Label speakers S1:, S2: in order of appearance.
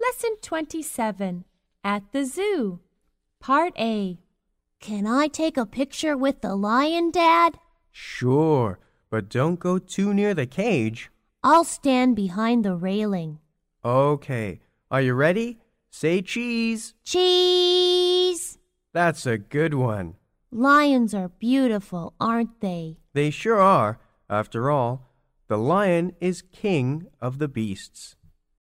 S1: Lesson 27 At the Zoo, Part A.
S2: Can I take a picture with the lion, Dad?
S3: Sure, but don't go too near the cage.
S2: I'll stand behind the railing.
S3: Okay, are you ready? Say cheese.
S2: Cheese!
S3: That's a good one.
S2: Lions are beautiful, aren't they?
S3: They sure are. After all, the lion is king of the beasts.